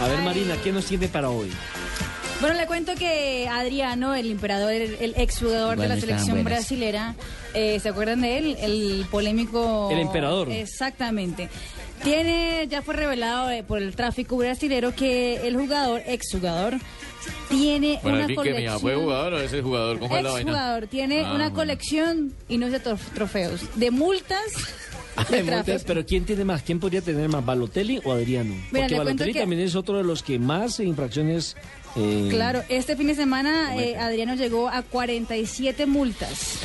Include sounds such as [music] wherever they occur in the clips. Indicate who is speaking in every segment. Speaker 1: A ver, Marina, ¿qué nos tiene para
Speaker 2: [laughs]
Speaker 1: hoy?
Speaker 2: Bueno, le cuento que Adriano, el emperador, el exjugador de
Speaker 1: Bueno,
Speaker 2: la
Speaker 1: estaban
Speaker 2: selección
Speaker 1: buenas.
Speaker 2: brasilera, eh, ¿se acuerdan de él? El polémico...
Speaker 1: El emperador.
Speaker 2: Exactamente. Tiene, ya fue revelado eh, por el tráfico brasilero que el jugador, exjugador, tiene
Speaker 3: Para
Speaker 2: una
Speaker 3: mí que mi
Speaker 2: colección...
Speaker 3: papá fue jugador o es el jugador, ¿cómo es la vaina?
Speaker 2: Exjugador, tiene
Speaker 3: Ah,
Speaker 2: una
Speaker 3: bueno.
Speaker 2: colección, y no es de trof- trofeos, de multas...
Speaker 3: [laughs]
Speaker 2: de
Speaker 1: Ay,
Speaker 2: tráfico.
Speaker 1: Montes, Pero ¿quién tiene más? ¿Quién podría tener más, Balotelli o Adriano?
Speaker 2: Mira,
Speaker 1: Porque
Speaker 2: le cuento
Speaker 1: Balotelli
Speaker 2: que-
Speaker 1: también es otro de los que más infracciones. eh,
Speaker 2: Claro, este fin de semana eh, Adriano llegó a 47 multas.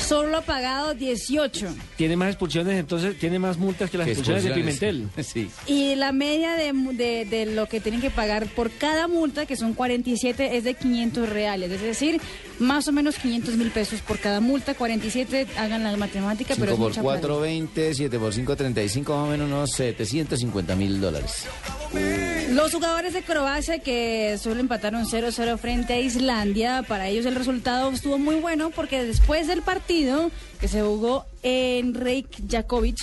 Speaker 2: Solo ha pagado 18.
Speaker 1: Tiene más expulsiones, entonces tiene más multas que las
Speaker 3: Que
Speaker 1: expulsiones de
Speaker 3: expulsiones.
Speaker 1: Pimentel.
Speaker 3: [laughs] Sí.
Speaker 2: Y la media de, mu- de- de lo que tienen que pagar por cada multa, que son 47, es de 500 reales. Es decir, más o menos 500 mil pesos por cada multa. 47, hagan la matemática,
Speaker 4: 5
Speaker 2: pero es
Speaker 4: por
Speaker 2: mucha
Speaker 4: 4, 20, 7 por 5, 35, más o menos unos 750 mil dólares.
Speaker 2: plata. Los jugadores de Croacia que solo empataron 0-0 frente a Islandia, para ellos el resultado estuvo muy bueno porque después del partido que se jugó en Reykjavik,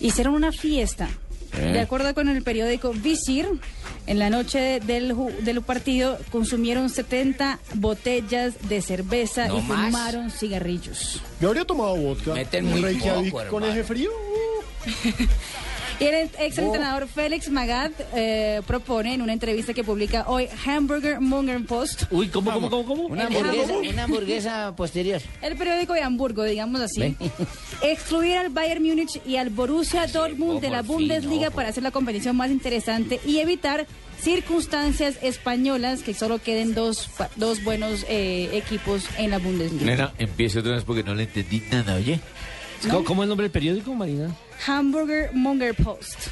Speaker 2: hicieron una fiesta.
Speaker 5: Eh.
Speaker 2: De acuerdo con el periódico Visir, en la noche del, ju- del partido consumieron 70 botellas de cerveza
Speaker 5: No
Speaker 2: y
Speaker 5: más.
Speaker 2: fumaron cigarrillos.
Speaker 6: Yo habría tomado vodka.
Speaker 5: Meten muy
Speaker 6: Reykjavik
Speaker 5: poco,
Speaker 6: con
Speaker 5: hermano.
Speaker 6: eje frío. uh.
Speaker 2: Y el
Speaker 5: Oh.
Speaker 2: exentrenador Félix Magath eh, propone en una entrevista que publica hoy Hamburger Munger Post,
Speaker 1: Uy, ¿cómo, cómo, cómo, cómo?
Speaker 4: Una
Speaker 2: El
Speaker 4: hamburguesa,
Speaker 2: jamón.
Speaker 4: una hamburguesa posterior.
Speaker 2: el periódico de Hamburgo, digamos así,
Speaker 4: Ven.
Speaker 2: excluir al Bayern Múnich y al Borussia Dortmund de la
Speaker 4: oh, por fin,
Speaker 2: Bundesliga
Speaker 4: ojo.
Speaker 2: para hacer la competición más interesante y evitar circunstancias españolas que solo queden dos, pa- dos buenos eh, equipos en la Bundesliga.
Speaker 3: Nena, empiece otra vez porque no le entendí nada, oye.
Speaker 1: ¿Cómo, cómo es el nombre del periódico, Marina?
Speaker 2: Hamburger Munger Post.